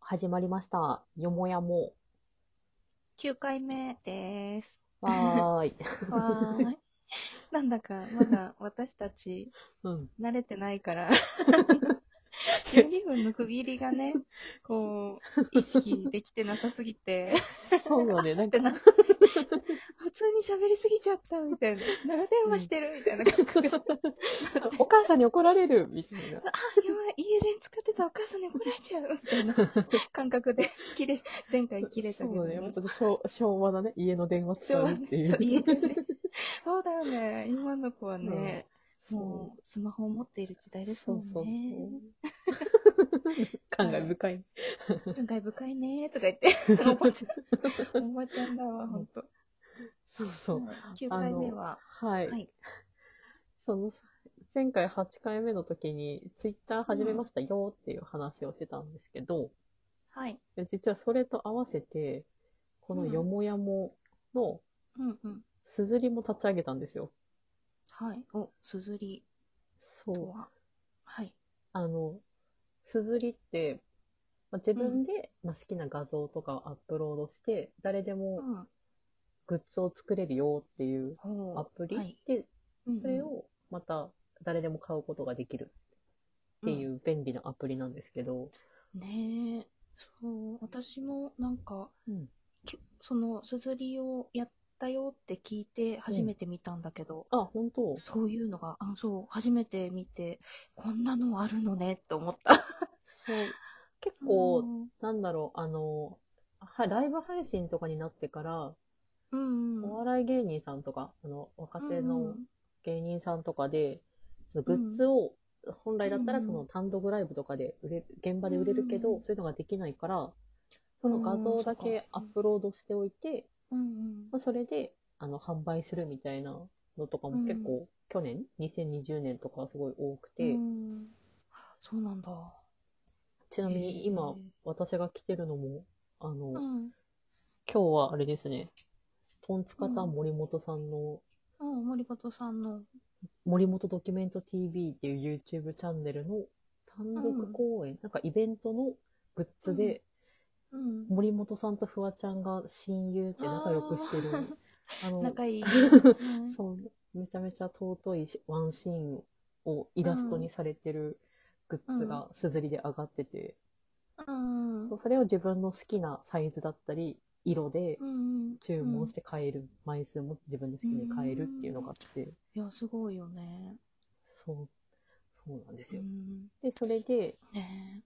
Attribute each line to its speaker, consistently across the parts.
Speaker 1: 始まりました。よもやも。
Speaker 2: 9回目 です。
Speaker 1: わーい。
Speaker 2: わーい。なんだか、まだ私たち
Speaker 1: うん。
Speaker 2: 慣れてな いから、12分の区切りがね、こう、意識できてなさすぎて、
Speaker 1: そうだね。なん
Speaker 2: で
Speaker 1: か、
Speaker 2: な普通に喋りすぎちゃったみたいな、長電話してるみたいな感覚が、あ、
Speaker 1: お母さんに怒られるみたいな。
Speaker 2: やばい、家電使ってたお母さんに怒られちゃうみたいな感覚で、切れ、前回切れた
Speaker 1: そ
Speaker 2: けど
Speaker 1: うだね。もうちょっと昭昭和だね。家の電話使
Speaker 2: 昭
Speaker 1: う
Speaker 2: 和
Speaker 1: っ
Speaker 2: ね
Speaker 1: てい
Speaker 2: そうう。言えてね。そうだよね。今の子はね、
Speaker 1: うん
Speaker 2: もうスマホを持っている時代です
Speaker 1: そ
Speaker 2: もん
Speaker 1: う
Speaker 2: ね。
Speaker 1: そうそう。感慨深い。
Speaker 2: 感慨深いねとか 言って、おばちゃん、おばちゃんだわ、ほんと。
Speaker 1: そうそう。
Speaker 2: 9回目は、
Speaker 1: はい。
Speaker 2: はい。
Speaker 1: その、前回8回目の時に、ツイッター始めましたよっていう話をしてたんですけど、
Speaker 2: はい。
Speaker 1: 実はそれと合わせて、このよもやもの、
Speaker 2: うんうん。
Speaker 1: すずりも立ち上げたんですよ。
Speaker 2: はい。お、すずり
Speaker 1: そう
Speaker 2: と。は。はい。
Speaker 1: あの、すずりって、まあ、自分で、まあ、好きな画像とかをアップロードして、誰で
Speaker 2: う
Speaker 1: も
Speaker 2: ん。
Speaker 1: グッズを作れるよっていう
Speaker 2: ほう
Speaker 1: アプリ、
Speaker 2: はい。
Speaker 1: で、
Speaker 2: うんうん
Speaker 1: それをまた誰でも買うことができるってい。
Speaker 2: ん
Speaker 1: う便利なアプリなんですけど、
Speaker 2: ねえ。そう、私もなんか、
Speaker 1: うん
Speaker 2: きその、すずりをやったよって聞いて初めて見たんだけど、
Speaker 1: あ、本当
Speaker 2: そういうのが、あそう、初めて見て、こんなのあるのねって 思った。
Speaker 1: そう。結構、なんだろう、あの、はライブ配信とかになってから、
Speaker 2: うん、うん。
Speaker 1: お笑い芸人さんとか、あの、若手
Speaker 2: うん
Speaker 1: の
Speaker 2: うん
Speaker 1: 芸人さんとかで、そのグッズを、本来だったら
Speaker 2: うん
Speaker 1: そ
Speaker 2: うん
Speaker 1: の単独ライブとかで売れる、現場で売れるけ
Speaker 2: うん
Speaker 1: ど、
Speaker 2: うん
Speaker 1: そういうのができないから、その画像だけアップロードしておいて、
Speaker 2: うん
Speaker 1: まあ、それで、あの、販売するみたいなのとかも結構、去年、2020年とかはすごい多く
Speaker 2: う
Speaker 1: て、
Speaker 2: ん、そうなんだ。
Speaker 1: ちなみに
Speaker 2: へ
Speaker 1: 今
Speaker 2: ー、
Speaker 1: 私が着てるのも、あの、
Speaker 2: うん。
Speaker 1: 今日はあれですね、トンツカタン森本さんの、
Speaker 2: うん、森本さんの。
Speaker 1: 森本ドキュメント TV っていう YouTube チャンネルの単独公演、なんかイベントのグッズで、
Speaker 2: うん。
Speaker 1: 森本さんとフワちゃんが親友って仲良くしてる、あの、
Speaker 2: 仲いい。うん
Speaker 1: そう、めちゃめちゃ尊いしワンシーンをイラストにされてるグッズがすずりで上がってて、
Speaker 2: うん。
Speaker 1: そうそれを自分の好きなサイズだったり、色で
Speaker 2: うん。
Speaker 1: 注文して買える、枚数も自分で好きに買えるっていうのがあって、
Speaker 2: いや、すごいよね。
Speaker 1: そう、そうなんです
Speaker 2: う
Speaker 1: よ。
Speaker 2: ん。
Speaker 1: で、それで、
Speaker 2: ね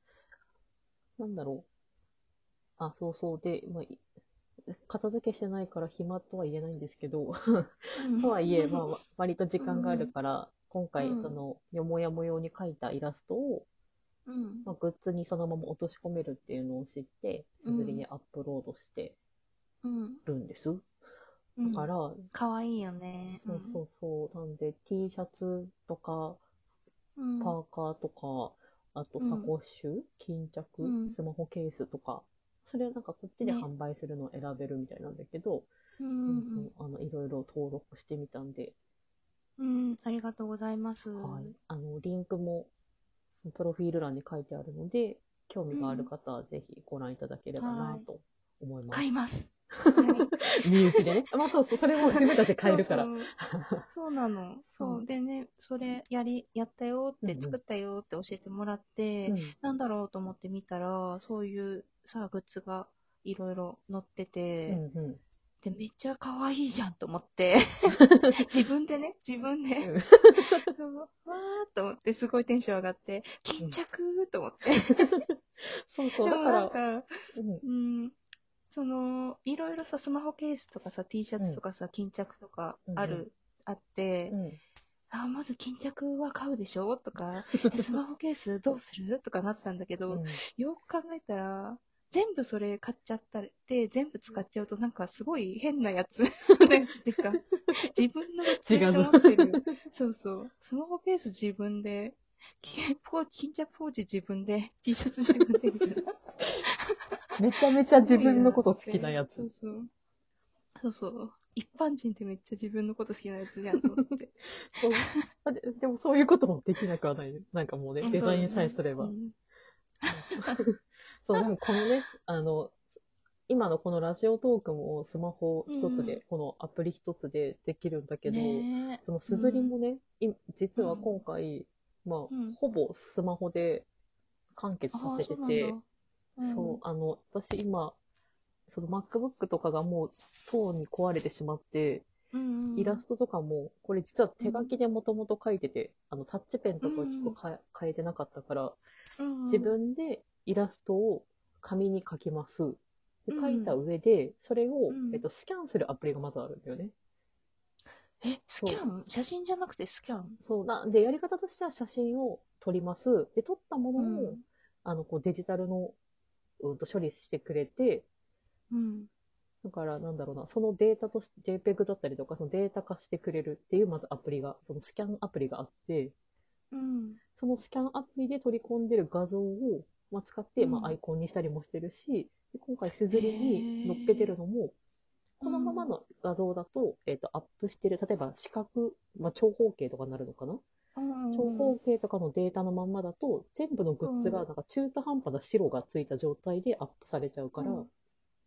Speaker 1: なんだろう。あ、そうそう。で、まあ、い 片付けしてないから暇とは言えないんですけど、
Speaker 2: え。
Speaker 1: とはいえ、まあ
Speaker 2: あ。
Speaker 1: わ、割と時間があるから、今回、
Speaker 2: うん
Speaker 1: その、よもやも用に描いたイラストを、
Speaker 2: うん。
Speaker 1: まあ、グッズにそのまま落とし込めるっていうのを知って、すずりにアップロードして
Speaker 2: うん。
Speaker 1: るんです。
Speaker 2: うん
Speaker 1: だから、
Speaker 2: かわいいよね。
Speaker 1: そうそうそう。なんで、T シャツとか、
Speaker 2: うん。
Speaker 1: パーカーとか、あとサコッシュ、巾着、
Speaker 2: うん
Speaker 1: スマホケースとか、それをなんかこっちで
Speaker 2: ね
Speaker 1: 販売するのを選べるみたいなんだけど、
Speaker 2: うん。う
Speaker 1: うん
Speaker 2: うん
Speaker 1: んそうあのいろいろ登録してみたんで、
Speaker 2: うん、ありがとうございます。
Speaker 1: はい、あのリンクもそのプロフィール欄に書いてあるので、興味がある方はぜひご覧いただければなと思います。
Speaker 2: 買 います。はい
Speaker 1: 身内 でね。まあそうそう、それも自分たちで買えるから。
Speaker 2: そうそうそうなの。
Speaker 1: そう
Speaker 2: そう。でね、それやり、やったよっ
Speaker 1: うんう
Speaker 2: て、
Speaker 1: ん
Speaker 2: 作ったよって教えてもらって、
Speaker 1: うん
Speaker 2: なんだろうと思って見たら、そういうさ、グッズがいろいろ載ってて、
Speaker 1: うんうん
Speaker 2: で、めっちゃ可愛いじゃんと 思って、自分でね、自分で、
Speaker 1: うん
Speaker 2: わーっと思って、すごいテンション上がって、巾着ーと思って。
Speaker 1: そうそう、
Speaker 2: で
Speaker 1: だ
Speaker 2: も
Speaker 1: か
Speaker 2: なん
Speaker 1: ら、
Speaker 2: か、
Speaker 1: うん
Speaker 2: うん、その、いろいろさ、スマホケースとかさ、T シャツとかさ、巾着とかある、
Speaker 1: うんう
Speaker 2: あって、
Speaker 1: うん
Speaker 2: あ、まず巾着は買うでしょと か、えスマホケースどうするとかなったんだけど、
Speaker 1: うん
Speaker 2: よく考えたら、全部それ買っちゃったって、全部使っちゃうとなんかすごい変な やつ。変なやつっていうか、自分のやつ
Speaker 1: 違う
Speaker 2: なってる。そうそう。スマホケース自分で、きポーチ巾着ポーチ自分で、T シャツ自分でみたいな。
Speaker 1: めちゃめちゃ自分のこと好きなやつ
Speaker 2: そう。そう。そうそう。一般人ってめっちゃ自分のこと好きなやつじゃんと 思って。
Speaker 1: そうあで でもそういうこともできなくはないね。なんかもうね、
Speaker 2: うん
Speaker 1: デザインさえすれば。
Speaker 2: そうだね
Speaker 1: そう、でもこのね、あの、今のこのラジオトークもスマホ一つで、
Speaker 2: うん
Speaker 1: このアプリ一つでできるんだけど、
Speaker 2: ねえ
Speaker 1: そのすずりもね、い実は今回、まあ、
Speaker 2: うん
Speaker 1: ほぼスマホで完結さ
Speaker 2: あ
Speaker 1: せ
Speaker 2: ーそ
Speaker 1: て
Speaker 2: うなんだ
Speaker 1: て、
Speaker 2: うん
Speaker 1: そう、あの、私今、その MacBook とかがもう、とうに壊れてしまって、
Speaker 2: うんうん
Speaker 1: イラストとかも、これ実は手書きでもともと書いてて、あの、タッチペンとかを結構か変えてなかったから、
Speaker 2: うんうん
Speaker 1: 自分でイラストを紙に書きます。で
Speaker 2: うん
Speaker 1: 書いた上で、それを、
Speaker 2: うん
Speaker 1: えっと、スキャンするアプリがまずあるんだよね。
Speaker 2: え、スキャン写真じゃなくてスキャン
Speaker 1: そうなんで、やり方としては写真を撮ります。で、撮ったものを、あの、こうデジタルの、うんと処理してくれて、
Speaker 2: うん。
Speaker 1: だから、なんだろうな、そのデータとし JPEG だったりとか、そのデータ化してくれるっていう、まずアプリが、そのスキャンアプリがあって、
Speaker 2: うん。
Speaker 1: そのスキャンアプリで取り込んでる画像を、まあ、使って、
Speaker 2: うん
Speaker 1: まあ、アイコンにしたりもしてるし、で今回、すずりに乗っけてるのも、このままの画像だと、えっ、と、アップしてる、例えば四角、まあ、長方形とかになるのかな、
Speaker 2: うん
Speaker 1: 長方形とかのデータのまんまだと、全部のグッズが、
Speaker 2: うん
Speaker 1: なんか中途半端な白がついた状態でアップされちゃうから、
Speaker 2: うん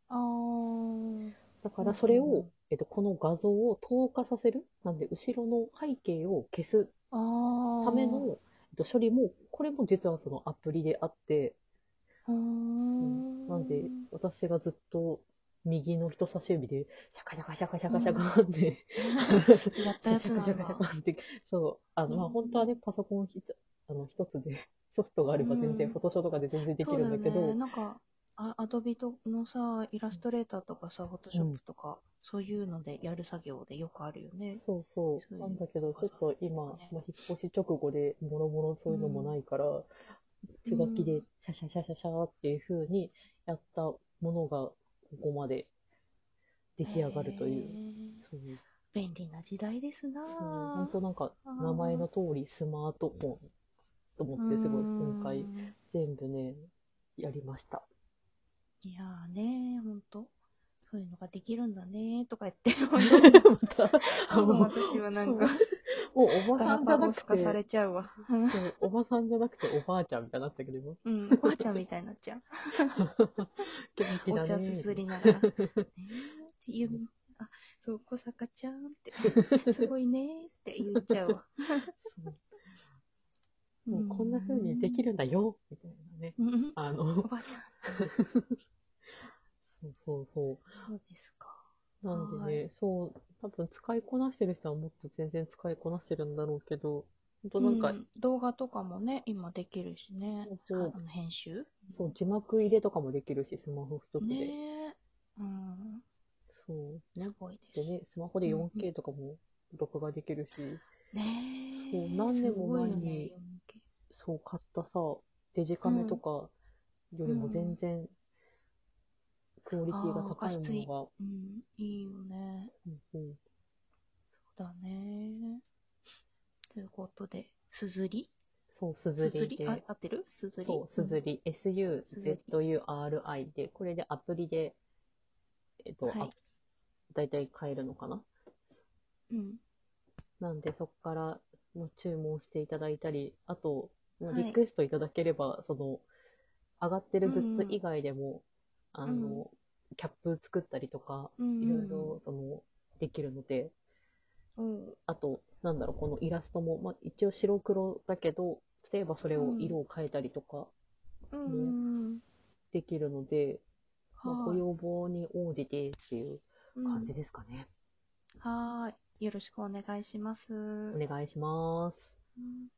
Speaker 2: あー
Speaker 1: だからそれを、
Speaker 2: うん
Speaker 1: えっと、この画像を透過させる、なんで、後ろの背景を消す
Speaker 2: あー。
Speaker 1: ための、えっと、処理も、これも実はそのアプリであって、
Speaker 2: あー。
Speaker 1: なんで、私がずっと右の人差し指で、シャカシャカシャカシャカシャカって、
Speaker 2: やっ
Speaker 1: シ
Speaker 2: た
Speaker 1: ャカシ
Speaker 2: やつ
Speaker 1: ャ
Speaker 2: な
Speaker 1: カシャ
Speaker 2: ん
Speaker 1: カシ
Speaker 2: だ
Speaker 1: ャ。カって、そう、あの、ま
Speaker 2: う
Speaker 1: あ、
Speaker 2: ん
Speaker 1: 本当はね、パソコンひあの一つで、ソフトがあれば全然、
Speaker 2: うん
Speaker 1: フォトショーとかで全然でき
Speaker 2: そう
Speaker 1: る
Speaker 2: だ
Speaker 1: ん
Speaker 2: よ
Speaker 1: だけ
Speaker 2: ね。
Speaker 1: ど、
Speaker 2: なんか、あアドビとのさ、イラストレーターとかさ、フォトショップとか、そういうのでやる作業でよくあるよね。
Speaker 1: そうそ
Speaker 2: そう
Speaker 1: う、
Speaker 2: いう
Speaker 1: なんだけど、ちょっと今、まあ
Speaker 2: ね、
Speaker 1: 引っ越し直後で、もろもろそういうのもないから、手書きでシャシャシャシャシャっていう風にやったものが、ここまで出来上がるとい
Speaker 2: へ
Speaker 1: う。
Speaker 2: ー
Speaker 1: そう
Speaker 2: 便利な時代ですな
Speaker 1: そう、本当なんか
Speaker 2: あー
Speaker 1: 名前の通りスマートフォンと思ってすごい今
Speaker 2: う
Speaker 1: 回
Speaker 2: ん
Speaker 1: 全部ね、やりました。
Speaker 2: いやーねー、ほんと。そういうのができるんだねーとか言って、ほ
Speaker 1: ま
Speaker 2: んと
Speaker 1: た、あの、 もう
Speaker 2: 私はなんか、
Speaker 1: おば
Speaker 2: ガ
Speaker 1: さ
Speaker 2: ラ
Speaker 1: んじゃ
Speaker 2: パ
Speaker 1: な
Speaker 2: ゴ
Speaker 1: く
Speaker 2: ス化
Speaker 1: て、
Speaker 2: されちゃうわ。
Speaker 1: そうおばさんじゃなくておばあちゃんみたいになったけど、今
Speaker 2: うん、おばあちゃんみたいになっちゃう。
Speaker 1: 元気だね。
Speaker 2: お茶すすりながら。ねーっていう、あ、そう、小坂ちゃ んって、すごいねーって言っちゃうわ。
Speaker 1: そうもうこんな風にでき
Speaker 2: る。
Speaker 1: るんだよ、みたいなね。
Speaker 2: うん
Speaker 1: あ
Speaker 2: お
Speaker 1: の、
Speaker 2: ばあちゃ
Speaker 1: そうそう
Speaker 2: ん、
Speaker 1: そう。
Speaker 2: そうですか。
Speaker 1: なんでね、そう、多分使いこなしてる人はもっと全然使いこなしてるんだろうけど、本当なんか、
Speaker 2: うん動画とかもね、今できるしね
Speaker 1: そう。そう
Speaker 2: あの編集
Speaker 1: そう、字幕入れとかもできるし、スマホ一つで。
Speaker 2: ねえ。うん。
Speaker 1: そう。な
Speaker 2: す
Speaker 1: ん
Speaker 2: ごいです
Speaker 1: で。ね、スマホで
Speaker 2: うんうん
Speaker 1: 4K とかも録画できるし、
Speaker 2: ねえ。
Speaker 1: そう何年も前に
Speaker 2: すごいよね
Speaker 1: そう買ったさ、デジカメとかよりも全然、クオリティが高いものが、
Speaker 2: うん、いいよね。
Speaker 1: うんうん
Speaker 2: そうだね。ということで、すずり
Speaker 1: そう、すずり
Speaker 2: すず
Speaker 1: で
Speaker 2: り。あ、合ってるすずり
Speaker 1: そう、すず。り、SUZURI で、これでアプリで、えっと、
Speaker 2: はい
Speaker 1: あ大体買えるのかな
Speaker 2: うん。
Speaker 1: なんで、そこからも注文していただいたり、あと、まあ
Speaker 2: はい
Speaker 1: リクエストいただければ、その、上がってるグッズ以外でも、あ
Speaker 2: う
Speaker 1: の、キャップ作ったりとか、
Speaker 2: うん。
Speaker 1: いろいろ、その、できるので、
Speaker 2: うん。
Speaker 1: あと、なんだろう、このイラストも、まあ、一応白黒だけど、例えばそれを色を変えたりとか
Speaker 2: うん。
Speaker 1: できるので、まあ、ご
Speaker 2: はい
Speaker 1: 要望に応じてっていう感じですかね。
Speaker 2: うんはーい。よろしくお願いします。
Speaker 1: お願いします。
Speaker 2: うん